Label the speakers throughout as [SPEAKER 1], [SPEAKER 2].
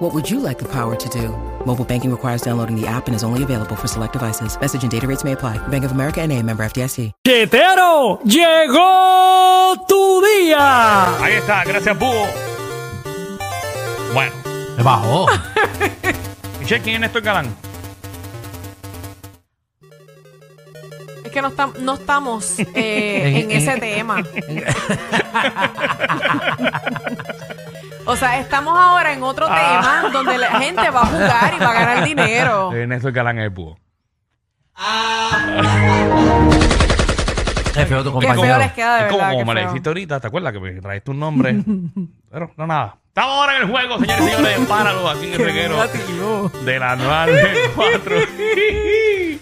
[SPEAKER 1] What would you like the power to do? Mobile banking requires downloading the app and is only available for select devices. Message and data rates may apply. Bank of America and a member FDIC.
[SPEAKER 2] ¡Chetero! ¡Llegó tu día!
[SPEAKER 3] Ahí está, gracias Búho. Bueno,
[SPEAKER 4] Me bajó.
[SPEAKER 3] Michelle, ¿quién es Néstor Galán?
[SPEAKER 5] Es que no, estam- no estamos eh, en ese tema. o sea, estamos ahora en otro tema donde la gente va a jugar y va a ganar dinero.
[SPEAKER 3] Eh, Néstor Galán es Búho.
[SPEAKER 4] Qué feo tu
[SPEAKER 5] Qué feo
[SPEAKER 4] compañero.
[SPEAKER 5] les queda de
[SPEAKER 3] Es como,
[SPEAKER 5] verdad.
[SPEAKER 3] como
[SPEAKER 5] qué
[SPEAKER 3] me la
[SPEAKER 5] feo.
[SPEAKER 3] hiciste ahorita, ¿te acuerdas? Que me traes tu nombre. Pero no nada. Estamos ahora en el juego, señores y señores. Páralo aquí en el reguero de la 94.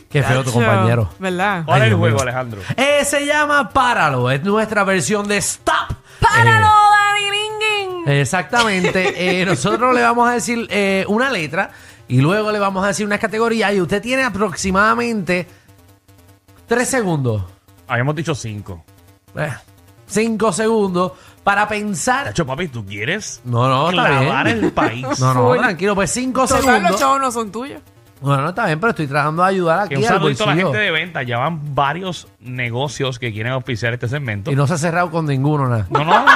[SPEAKER 4] Qué feo tu
[SPEAKER 5] Chacho,
[SPEAKER 4] compañero.
[SPEAKER 5] ¿Verdad?
[SPEAKER 3] Ahora el
[SPEAKER 4] Ay, Dios
[SPEAKER 3] juego,
[SPEAKER 4] mío.
[SPEAKER 3] Alejandro.
[SPEAKER 4] Eh, se llama Páralo. Es nuestra versión de Stop.
[SPEAKER 5] ¡Páralo,
[SPEAKER 4] Eh,
[SPEAKER 5] Dani Ringin!
[SPEAKER 4] Exactamente. Eh, nosotros le vamos a decir eh, una letra y luego le vamos a decir una categoría y usted tiene aproximadamente tres segundos,
[SPEAKER 3] Habíamos dicho cinco.
[SPEAKER 4] eh, cinco segundos para pensar.
[SPEAKER 3] Tacho, papi, ¿tú quieres
[SPEAKER 4] No, no, está
[SPEAKER 3] clavar
[SPEAKER 4] bien.
[SPEAKER 3] el país?
[SPEAKER 4] No, no, tranquilo, pues cinco
[SPEAKER 5] Total, los
[SPEAKER 4] segundos.
[SPEAKER 5] chavos no son tuyos.
[SPEAKER 4] Bueno, no, está bien, pero estoy tratando de ayudar
[SPEAKER 3] Que
[SPEAKER 4] aquí
[SPEAKER 3] un
[SPEAKER 4] al
[SPEAKER 3] saludito a la
[SPEAKER 4] bolsillo.
[SPEAKER 3] gente de venta. Ya van varios negocios que quieren auspiciar este segmento.
[SPEAKER 4] Y no se ha cerrado con ninguno, nada.
[SPEAKER 3] No, no, no.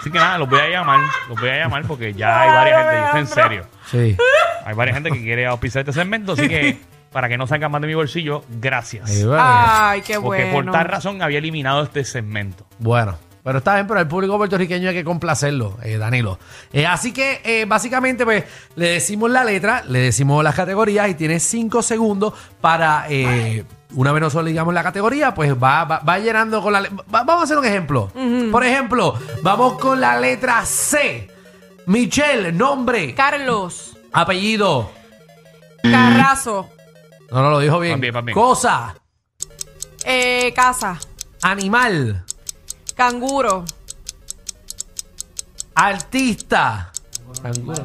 [SPEAKER 3] Así que nada, los voy a llamar. Los voy a llamar porque ya hay varias gente. yo estoy en serio.
[SPEAKER 4] Sí.
[SPEAKER 3] Hay varias gente que quiere auspiciar este segmento. Así que para que no salgan más de mi bolsillo, gracias.
[SPEAKER 4] Ahí va.
[SPEAKER 5] Ay, qué
[SPEAKER 3] Porque
[SPEAKER 5] bueno.
[SPEAKER 3] por tal razón había eliminado este segmento.
[SPEAKER 4] Bueno, pero está bien, pero al público puertorriqueño hay que complacerlo, eh, Danilo. Eh, así que eh, básicamente, pues, le decimos la letra, le decimos las categorías y tienes cinco segundos para, eh, una vez nosotros le digamos la categoría, pues va, va, va llenando con la le- va- Vamos a hacer un ejemplo. Por ejemplo, vamos con la letra C. Michelle, nombre,
[SPEAKER 5] Carlos
[SPEAKER 4] apellido.
[SPEAKER 5] Carrazo
[SPEAKER 4] No, no, lo dijo bien.
[SPEAKER 3] También, también.
[SPEAKER 4] Cosa,
[SPEAKER 5] eh, Casa
[SPEAKER 4] animal,
[SPEAKER 5] Canguro
[SPEAKER 4] artista.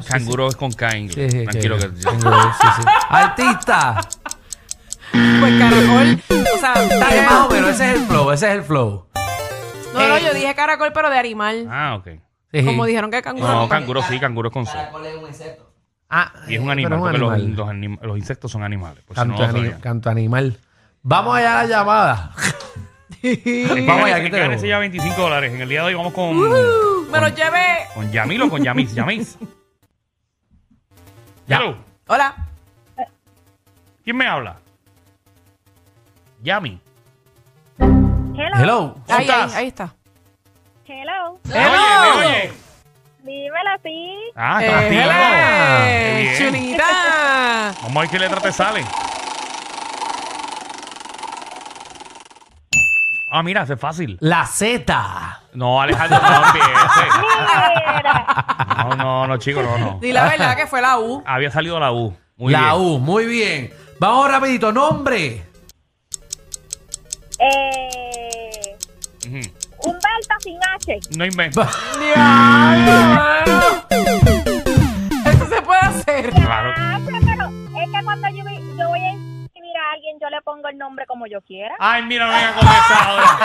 [SPEAKER 3] Canguro es con K inglés.
[SPEAKER 4] Sí, sí,
[SPEAKER 3] Tranquilo que.
[SPEAKER 4] que- este? sí, sí. Artista.
[SPEAKER 5] Pues caracol O sea
[SPEAKER 4] Dale, más o menos, ese es el flow, ese es el flow.
[SPEAKER 5] No, no, yo dije caracol pero de animal
[SPEAKER 3] Ah, ok.
[SPEAKER 4] Sí.
[SPEAKER 5] Como dijeron que canguro
[SPEAKER 3] No, canguro sí, canguro es con C.
[SPEAKER 4] Ah,
[SPEAKER 3] Y es un
[SPEAKER 4] eh,
[SPEAKER 3] animal,
[SPEAKER 4] pero es
[SPEAKER 3] porque
[SPEAKER 4] un
[SPEAKER 3] los-
[SPEAKER 4] animal.
[SPEAKER 3] Los, anim- los insectos son animales. Por si no
[SPEAKER 4] Canto,
[SPEAKER 3] lo
[SPEAKER 4] ani-
[SPEAKER 3] sabían.
[SPEAKER 4] canto animal. Vamos allá a la llamada. Vamos allá,
[SPEAKER 3] Gane-
[SPEAKER 4] aquí
[SPEAKER 3] gane
[SPEAKER 4] tenemos.
[SPEAKER 3] se lleva 25 dólares. En el día de hoy vamos con.
[SPEAKER 5] Me lo llevé
[SPEAKER 3] ¿Con Yamil o con Yamis? Yamis.
[SPEAKER 4] Ya.
[SPEAKER 3] Hello.
[SPEAKER 5] Hola
[SPEAKER 3] ¿Quién me habla? Yami.
[SPEAKER 6] Hello.
[SPEAKER 4] Hello.
[SPEAKER 3] ¿Cómo
[SPEAKER 5] Ahí, ahí,
[SPEAKER 3] estás?
[SPEAKER 5] ahí está
[SPEAKER 6] Hello.
[SPEAKER 3] ¿Me oye? ¿Me oye?
[SPEAKER 6] Dímelo así.
[SPEAKER 3] Ah,
[SPEAKER 5] Eh,
[SPEAKER 3] estás activa. Ah, Qué
[SPEAKER 5] eh, ah,
[SPEAKER 3] bien.
[SPEAKER 5] Chulita
[SPEAKER 3] Vamos a ver qué letra te sale. Ah, mira, ese es fácil.
[SPEAKER 4] La Z.
[SPEAKER 3] No, Alejandro, no empieces.
[SPEAKER 6] Mira.
[SPEAKER 3] No, no, no, chico, no, no.
[SPEAKER 5] Di la verdad que fue la U
[SPEAKER 3] Había salido la U. Muy
[SPEAKER 4] la
[SPEAKER 3] bien.
[SPEAKER 4] U, muy bien. Vamos rapidito, nombre.
[SPEAKER 6] Eh,
[SPEAKER 3] Ujú.
[SPEAKER 6] Humberto sin H.
[SPEAKER 3] No invento.
[SPEAKER 5] Diablo, bueno. Eso se puede hacer
[SPEAKER 3] Claro.
[SPEAKER 6] Ah, pero es que cuando yo, vi- yo voy a escribir a alguien, yo le pongo el nombre como yo quiera.
[SPEAKER 3] Ay, mira, no venga con esa ahora.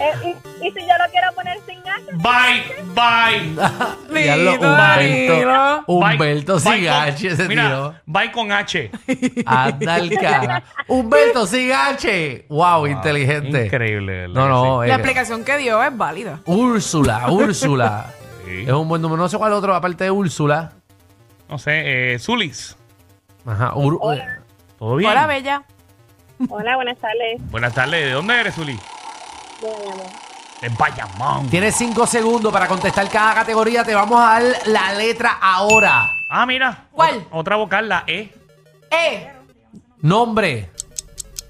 [SPEAKER 6] Eh, y, y si yo lo quiero poner sin H,
[SPEAKER 3] Bye, bye.
[SPEAKER 4] Diablo,
[SPEAKER 5] Lindo, Danilo.
[SPEAKER 4] Humberto. Humberto
[SPEAKER 3] Bye,
[SPEAKER 4] sin
[SPEAKER 3] bye con-
[SPEAKER 4] H, ese tío.
[SPEAKER 3] Mira, bye con H.
[SPEAKER 4] Anda al cara. Humberto sin H. Wow, inteligente.
[SPEAKER 3] Increíble, ¿verdad?
[SPEAKER 4] No, no.
[SPEAKER 5] La
[SPEAKER 4] eh,
[SPEAKER 5] explicación que dio es válida
[SPEAKER 4] Úrsula, Úrsula.
[SPEAKER 3] Sí.
[SPEAKER 4] eh, Es un buen número. No sé cuál otro, aparte de Úrsula.
[SPEAKER 3] No sé, eh, Zulis.
[SPEAKER 4] Ajá. Ur-
[SPEAKER 5] Oh.
[SPEAKER 3] ¿Todo bien?
[SPEAKER 5] Hola, Bella
[SPEAKER 6] hola, buenas tardes.
[SPEAKER 3] Buenas tardes. ¿De dónde eres, Zulis? De Bayamón.
[SPEAKER 4] Tienes cinco segundos para contestar cada categoría. Te vamos a dar la letra ahora.
[SPEAKER 3] Ah, mira.
[SPEAKER 5] ¿Cuál?
[SPEAKER 3] Otra, otra vocal, la E.
[SPEAKER 5] Eh,
[SPEAKER 4] Nombre,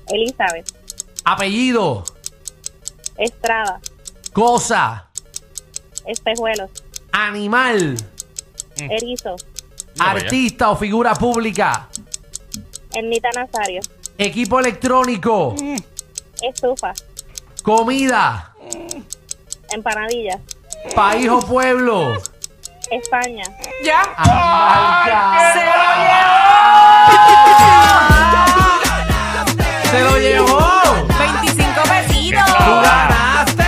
[SPEAKER 6] Elizabeth
[SPEAKER 4] apellido,
[SPEAKER 6] Estrada
[SPEAKER 4] cosa,
[SPEAKER 6] Espejuelos
[SPEAKER 4] animal,
[SPEAKER 6] Erizo
[SPEAKER 3] Mira para allá.
[SPEAKER 4] artista o figura pública.
[SPEAKER 6] Ernita Nazario.
[SPEAKER 4] Equipo electrónico.
[SPEAKER 5] Mm.
[SPEAKER 6] Estufa.
[SPEAKER 4] Comida.
[SPEAKER 6] Empanadillas.
[SPEAKER 4] País o pueblo.
[SPEAKER 6] España.
[SPEAKER 5] Ya.
[SPEAKER 4] Amarca.
[SPEAKER 5] Se lo llevó.
[SPEAKER 4] ¡Se lo llevó!
[SPEAKER 5] 25
[SPEAKER 4] ¡Tú
[SPEAKER 5] pesitos.
[SPEAKER 4] ganaste!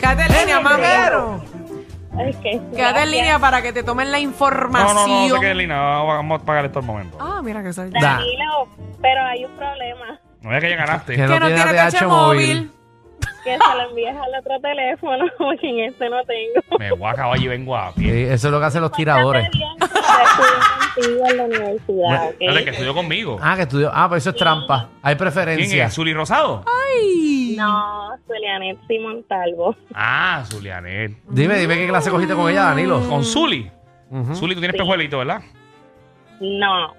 [SPEAKER 5] Quédate en línea, mami.
[SPEAKER 6] Ok,
[SPEAKER 5] Quédate
[SPEAKER 6] gracias.
[SPEAKER 5] en línea para que te tomen la
[SPEAKER 3] No,
[SPEAKER 5] información.
[SPEAKER 3] no, no, no te quedes en línea. Vamos vamos a pagar esto al momento.
[SPEAKER 5] Ah, mira que soy.
[SPEAKER 4] Da.
[SPEAKER 6] Tranquilo, pero hay un problema.
[SPEAKER 3] No es que ya ganaste.
[SPEAKER 4] Que
[SPEAKER 5] Que no tiene
[SPEAKER 4] ATH
[SPEAKER 5] caché móvil.
[SPEAKER 6] Que se lo envíes al otro teléfono porque en este no tengo.
[SPEAKER 3] Me voy a caballo y vengo a
[SPEAKER 4] Sí,
[SPEAKER 3] pie.
[SPEAKER 4] Eh, eso es lo que hacen los tiradores.
[SPEAKER 6] Está bien, pero estudié contigo en la universidad, ¿ok?
[SPEAKER 3] Espérate, que estudió conmigo.
[SPEAKER 4] Ah, que estudió. Ah, pues eso es trampa. Hay
[SPEAKER 3] ¿Quién
[SPEAKER 4] preferencia.
[SPEAKER 3] es? ¿Zuli Rosado?
[SPEAKER 5] Ah.
[SPEAKER 6] No, Zulianet Montalvo.
[SPEAKER 3] Ah, Zulianet.
[SPEAKER 4] Dime, dime qué clase cogiste con ella, Danilo.
[SPEAKER 5] Mm.
[SPEAKER 3] Con Zuli.
[SPEAKER 4] Ujú.
[SPEAKER 3] Zuli, tú tienes pejuelito, ¿verdad?
[SPEAKER 6] No,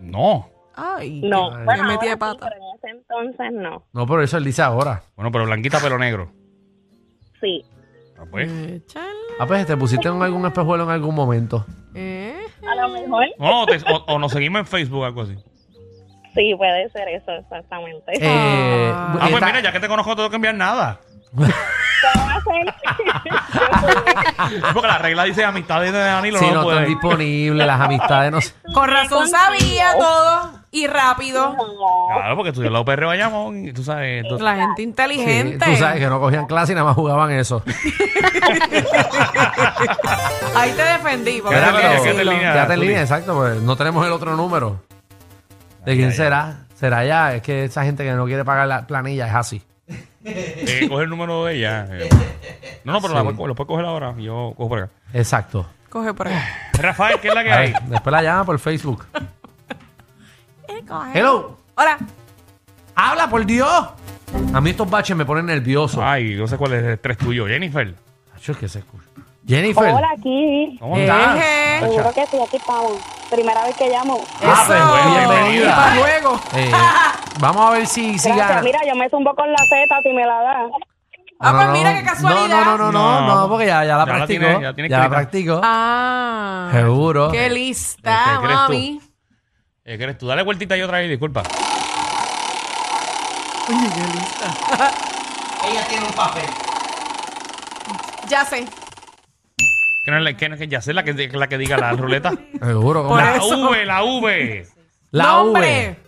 [SPEAKER 3] No.
[SPEAKER 5] Ay.
[SPEAKER 6] no.
[SPEAKER 4] Ay.
[SPEAKER 6] Bueno,
[SPEAKER 5] Me metí de
[SPEAKER 6] ahora sí,
[SPEAKER 5] pata.
[SPEAKER 6] pero en ese entonces no.
[SPEAKER 4] No, pero eso él dice ahora.
[SPEAKER 3] Bueno, pero blanquita, pelo negro.
[SPEAKER 6] Sí.
[SPEAKER 3] Ah, pues.
[SPEAKER 5] Eh, chala.
[SPEAKER 4] Ah, pues te pusiste en algún espejuelo en algún momento.
[SPEAKER 5] Eh.
[SPEAKER 6] A lo mejor
[SPEAKER 3] No, te- o, o nos seguimos en Facebook o algo así.
[SPEAKER 6] sí puede ser eso, exactamente.
[SPEAKER 4] Eh,
[SPEAKER 5] Ah.
[SPEAKER 3] Ah, pues
[SPEAKER 4] está-
[SPEAKER 3] mira, ya que te conozco, no tengo que enviar nada.
[SPEAKER 6] ¿Cómo va a ser?
[SPEAKER 3] Porque la regla dice amistades de Danilo,
[SPEAKER 4] Sí,
[SPEAKER 3] no,
[SPEAKER 4] no están
[SPEAKER 3] puede.
[SPEAKER 4] disponibles, las amistades no se-
[SPEAKER 5] Con razón sabía todo. Y rápido.
[SPEAKER 6] No,
[SPEAKER 3] Claro, porque estudió en la UPR Bayamón y tú sabes. tú-
[SPEAKER 5] La gente
[SPEAKER 4] Sí,
[SPEAKER 5] inteligente.
[SPEAKER 4] tú sabes que no cogían clase y nada más jugaban eso.
[SPEAKER 5] Ahí te defendí. porque
[SPEAKER 3] Quédate
[SPEAKER 5] tengo
[SPEAKER 3] en línea, quédate
[SPEAKER 5] que
[SPEAKER 3] en
[SPEAKER 5] decirlo.
[SPEAKER 3] línea.
[SPEAKER 4] Quédate en
[SPEAKER 3] Juli.
[SPEAKER 4] línea, exacto, pues no tenemos el otro número. ¿De quién
[SPEAKER 3] ay,
[SPEAKER 4] será? ¿Será ya? Es que esa gente que no quiere pagar la planilla es así.
[SPEAKER 3] eh, coge el número de ella. eh. No, no, pero la voy a co- lo puedes coger ahora. Yo cojo por acá.
[SPEAKER 4] Exacto.
[SPEAKER 5] Coge por ahí.
[SPEAKER 3] Rafael, ¿qué es la que
[SPEAKER 4] A
[SPEAKER 3] hay?
[SPEAKER 4] ver, después la llama por Facebook. Hello.
[SPEAKER 5] Hola.
[SPEAKER 4] ¡Habla, por Dios! A mí estos baches me ponen nervioso.
[SPEAKER 3] Ay, yo sé cuál es el estrés tuyo. Jennifer.
[SPEAKER 4] Acho, que se escucha. Jennifer.
[SPEAKER 6] Hola, aquí.
[SPEAKER 4] Eh.
[SPEAKER 3] ¿Cómo estás?
[SPEAKER 5] Eje.
[SPEAKER 6] Seguro que estoy aquí, Pau. Primera vez que llamo.
[SPEAKER 4] Ah, pues,
[SPEAKER 5] Eso.
[SPEAKER 4] bienvenida.
[SPEAKER 5] Y para juego.
[SPEAKER 4] Eh, vamos a ver si, si gana.
[SPEAKER 6] Gracias. Mira, yo me zumbo con la Z si me la da.
[SPEAKER 5] Ah,
[SPEAKER 4] No,
[SPEAKER 5] pues
[SPEAKER 4] no,
[SPEAKER 5] mira
[SPEAKER 4] no.
[SPEAKER 5] qué casualidad.
[SPEAKER 4] No, no, no, no, no,
[SPEAKER 3] No.
[SPEAKER 4] no, porque ya, ya
[SPEAKER 3] Ya
[SPEAKER 4] la
[SPEAKER 3] la
[SPEAKER 4] practico.
[SPEAKER 3] tiene- ya tiene
[SPEAKER 4] ya la
[SPEAKER 3] escrita.
[SPEAKER 4] practico.
[SPEAKER 5] Ah.
[SPEAKER 4] Seguro.
[SPEAKER 5] Qué
[SPEAKER 3] Este,
[SPEAKER 5] lista,
[SPEAKER 3] ¿crees tú?
[SPEAKER 5] mami.
[SPEAKER 3] Eh, ¿Quieres tú? Dale vueltita y otra vez, disculpa.
[SPEAKER 5] Ya sé.
[SPEAKER 3] ¿Quién es la, quién es que ya sé la que, la que diga la ruleta?
[SPEAKER 4] Seguro. ¿cómo?
[SPEAKER 5] Por
[SPEAKER 4] La,
[SPEAKER 3] La
[SPEAKER 5] eso.
[SPEAKER 3] V, la V.
[SPEAKER 4] la V.
[SPEAKER 5] Nombre.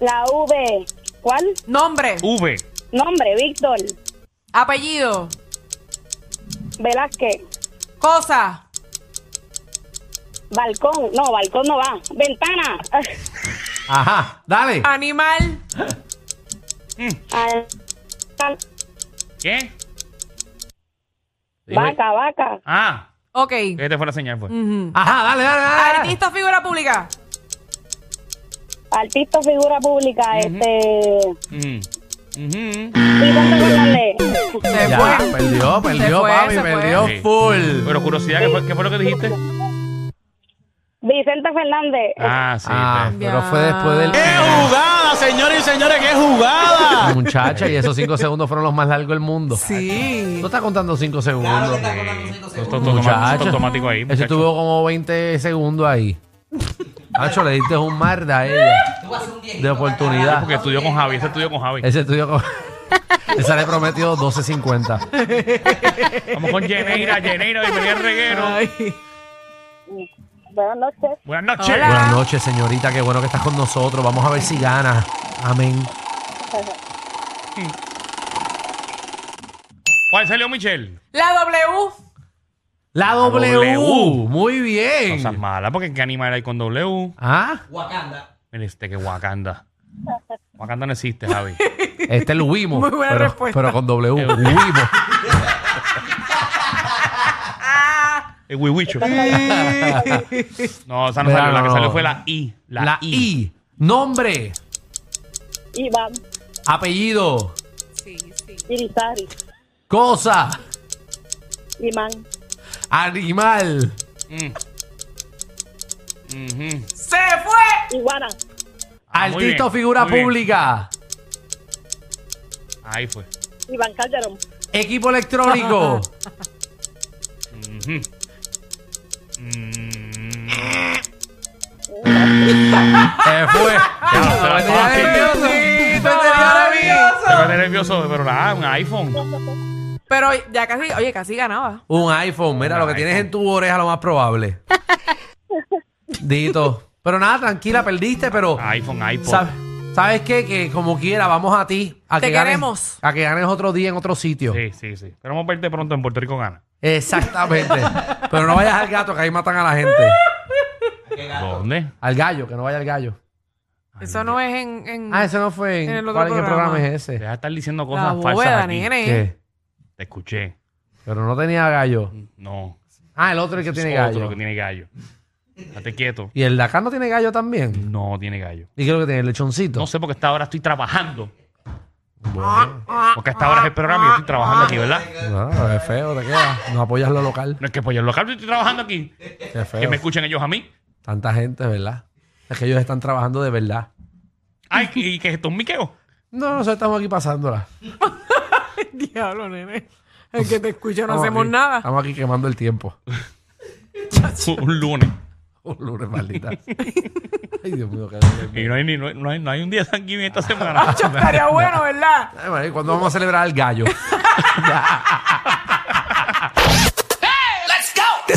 [SPEAKER 6] La V. ¿Cuál?
[SPEAKER 5] Nombre.
[SPEAKER 3] V.
[SPEAKER 6] Nombre, Víctor.
[SPEAKER 5] Apellido.
[SPEAKER 6] Velázquez.
[SPEAKER 5] Cosa.
[SPEAKER 6] Balcón. No, balcón no va. Ventana.
[SPEAKER 4] Ajá. Dale.
[SPEAKER 5] Animal.
[SPEAKER 6] Ah,
[SPEAKER 3] ¿Qué?
[SPEAKER 6] Vaca, vaca.
[SPEAKER 3] Ah,
[SPEAKER 5] Ok.
[SPEAKER 3] que te fue la señal,
[SPEAKER 4] Mm.
[SPEAKER 3] fue.
[SPEAKER 4] Ajá, dale, dale, dale. dale.
[SPEAKER 5] Artista o figura pública.
[SPEAKER 6] Artista, figura pública. Este.
[SPEAKER 3] Ujú. Mm. Ujú.
[SPEAKER 6] Sí, ponte con la ley.
[SPEAKER 5] Se
[SPEAKER 4] Ya,
[SPEAKER 5] fue.
[SPEAKER 4] perdió, perdió,
[SPEAKER 5] fue, se
[SPEAKER 4] papi,
[SPEAKER 5] fue.
[SPEAKER 4] perdió
[SPEAKER 3] Sí.
[SPEAKER 4] full.
[SPEAKER 3] Pero curiosidad, ¿qué fue, qué fue lo que dijiste?
[SPEAKER 6] Vicente Fernández.
[SPEAKER 3] Ah, sí.
[SPEAKER 4] ah,
[SPEAKER 3] pues.
[SPEAKER 4] pero fue después del.
[SPEAKER 7] ¡Qué jugada, señores y señores! ¡Qué jugada!
[SPEAKER 4] Muchacha, y esos cinco segundos fueron los más largos del mundo.
[SPEAKER 5] Sí.
[SPEAKER 4] No está contando cinco segundos.
[SPEAKER 3] Esto es automático, esto es automático ahí.
[SPEAKER 4] Eso
[SPEAKER 3] muchacho.
[SPEAKER 4] estuvo como 20 segundos ahí. Nacho, le diste un marda a ella. De oportunidad.
[SPEAKER 3] Porque estudió con Javi, ese estudió con Javi.
[SPEAKER 4] Ese estudio con... Esa le prometió 12.50.
[SPEAKER 3] Vamos con Yeneira, Yeneira, bienvenida al reguero.
[SPEAKER 6] Buenas noches.
[SPEAKER 3] Buenas noches.
[SPEAKER 5] Hola.
[SPEAKER 4] Buenas noches, señorita. Qué bueno que estás con nosotros. Vamos a ver si gana. Amén.
[SPEAKER 3] ¿Cuál salió Michelle?
[SPEAKER 5] La W.
[SPEAKER 4] La W.
[SPEAKER 3] W.
[SPEAKER 4] Muy bien.
[SPEAKER 3] Cosas malas, porque ¿qué animal hay con W?
[SPEAKER 4] Ah,
[SPEAKER 3] Mira este que Wakanda. Wakanda no existe, Javi.
[SPEAKER 4] este es el Wimo.
[SPEAKER 5] Muy buena
[SPEAKER 4] pero,
[SPEAKER 5] respuesta.
[SPEAKER 4] Pero con W.
[SPEAKER 3] El
[SPEAKER 4] Wimo.
[SPEAKER 3] El huihuicho. no, esa no
[SPEAKER 4] Mira,
[SPEAKER 3] salió. La
[SPEAKER 4] no,
[SPEAKER 3] que
[SPEAKER 4] no.
[SPEAKER 3] salió fue la I. La,
[SPEAKER 4] La
[SPEAKER 3] I.
[SPEAKER 4] I. Nombre.
[SPEAKER 6] Iván
[SPEAKER 4] Apellido.
[SPEAKER 5] Sí, sí.
[SPEAKER 6] Irizarry.
[SPEAKER 4] Cosa.
[SPEAKER 6] Iván
[SPEAKER 4] Animal.
[SPEAKER 3] Mm. Ujú.
[SPEAKER 5] Se fue.
[SPEAKER 6] Iguana.
[SPEAKER 3] Ah, muy
[SPEAKER 4] artista o
[SPEAKER 3] bien,
[SPEAKER 4] figura
[SPEAKER 3] muy bien.
[SPEAKER 4] pública.
[SPEAKER 3] Ahí fue.
[SPEAKER 6] Iván Calderón.
[SPEAKER 4] Equipo electrónico.
[SPEAKER 3] Ujú. Mm.
[SPEAKER 4] Se Eh, fue.
[SPEAKER 3] Ya, Ah, se la
[SPEAKER 4] Vete
[SPEAKER 3] papi.
[SPEAKER 4] nervioso. Vete nervioso.
[SPEAKER 3] Se pone nervioso, pero nada, un iPhone.
[SPEAKER 5] Pero ya casi, oye, casi ganaba.
[SPEAKER 4] Un iPhone, mira,
[SPEAKER 3] Un
[SPEAKER 4] lo que tienes
[SPEAKER 3] iPhone.
[SPEAKER 4] en tu oreja lo más probable. Dito. Pero nada, tranquila, perdiste, pero
[SPEAKER 3] iPhone, iPod.
[SPEAKER 4] ¿sabes, ¿sabes qué? Que como quiera, vamos a ti. A
[SPEAKER 5] Te
[SPEAKER 4] que ganes-
[SPEAKER 5] queremos.
[SPEAKER 4] a que ganes otro día en otro sitio.
[SPEAKER 3] Sí, sí, sí. Esperamos verte pronto en Puerto Rico gana.
[SPEAKER 4] Exactamente. pero no vayas al gato, que ahí matan a la gente.
[SPEAKER 3] ¿Dónde?
[SPEAKER 4] Al gallo, que no vaya al gallo.
[SPEAKER 5] Eso no es en. en
[SPEAKER 4] Ah, ese no fue en,
[SPEAKER 5] En el otro
[SPEAKER 4] ¿cuál- qué
[SPEAKER 5] programa.
[SPEAKER 4] programa es ese?
[SPEAKER 3] Deja de estar diciendo
[SPEAKER 5] la
[SPEAKER 3] cosas falsas
[SPEAKER 5] bóveda,
[SPEAKER 3] aquí.
[SPEAKER 5] nene.
[SPEAKER 4] ¿Qué?
[SPEAKER 3] Te escuché.
[SPEAKER 4] Pero no tenía gallo.
[SPEAKER 3] No.
[SPEAKER 4] Ah, el otro es el que tiene
[SPEAKER 3] Mm. Es otro
[SPEAKER 4] gallo.
[SPEAKER 3] que tiene gallo. Date quieto.
[SPEAKER 4] Y el de acá no tiene gallo también.
[SPEAKER 3] No tiene gallo.
[SPEAKER 4] ¿Y qué es lo que tiene? ¿El lechoncito?
[SPEAKER 3] No sé porque hasta ahora estoy trabajando. Porque hasta ahora es el programa y yo estoy trabajando aquí, ¿verdad?
[SPEAKER 4] No, Ah, es feo, te queda. No apoyas lo local.
[SPEAKER 3] No es que pues yo en local estoy trabajando aquí.
[SPEAKER 4] Qué feo.
[SPEAKER 3] Que me escuchen ellos a mí.
[SPEAKER 4] Tanta gente, ¿verdad? Es que ellos están trabajando de verdad.
[SPEAKER 3] Ay, y que esto es un miqueo.
[SPEAKER 4] No, nosotros estamos aquí pasándola.
[SPEAKER 5] Diablo, nene. El que te escucha no
[SPEAKER 4] Estamos
[SPEAKER 5] hacemos
[SPEAKER 4] aquí-
[SPEAKER 5] nada.
[SPEAKER 4] Estamos aquí quemando el tiempo.
[SPEAKER 3] Un lunes.
[SPEAKER 4] Un lunes, maldita. Ay, Dios mío, qué dolor.
[SPEAKER 3] Y no hay, ni, no, hay- no hay, no hay un día de Thanksgiving esta semana.
[SPEAKER 5] Yo estaría bueno, ¿verdad?
[SPEAKER 4] Ay, María, ¿Cuándo vamos a celebrar el gallo?
[SPEAKER 8] Te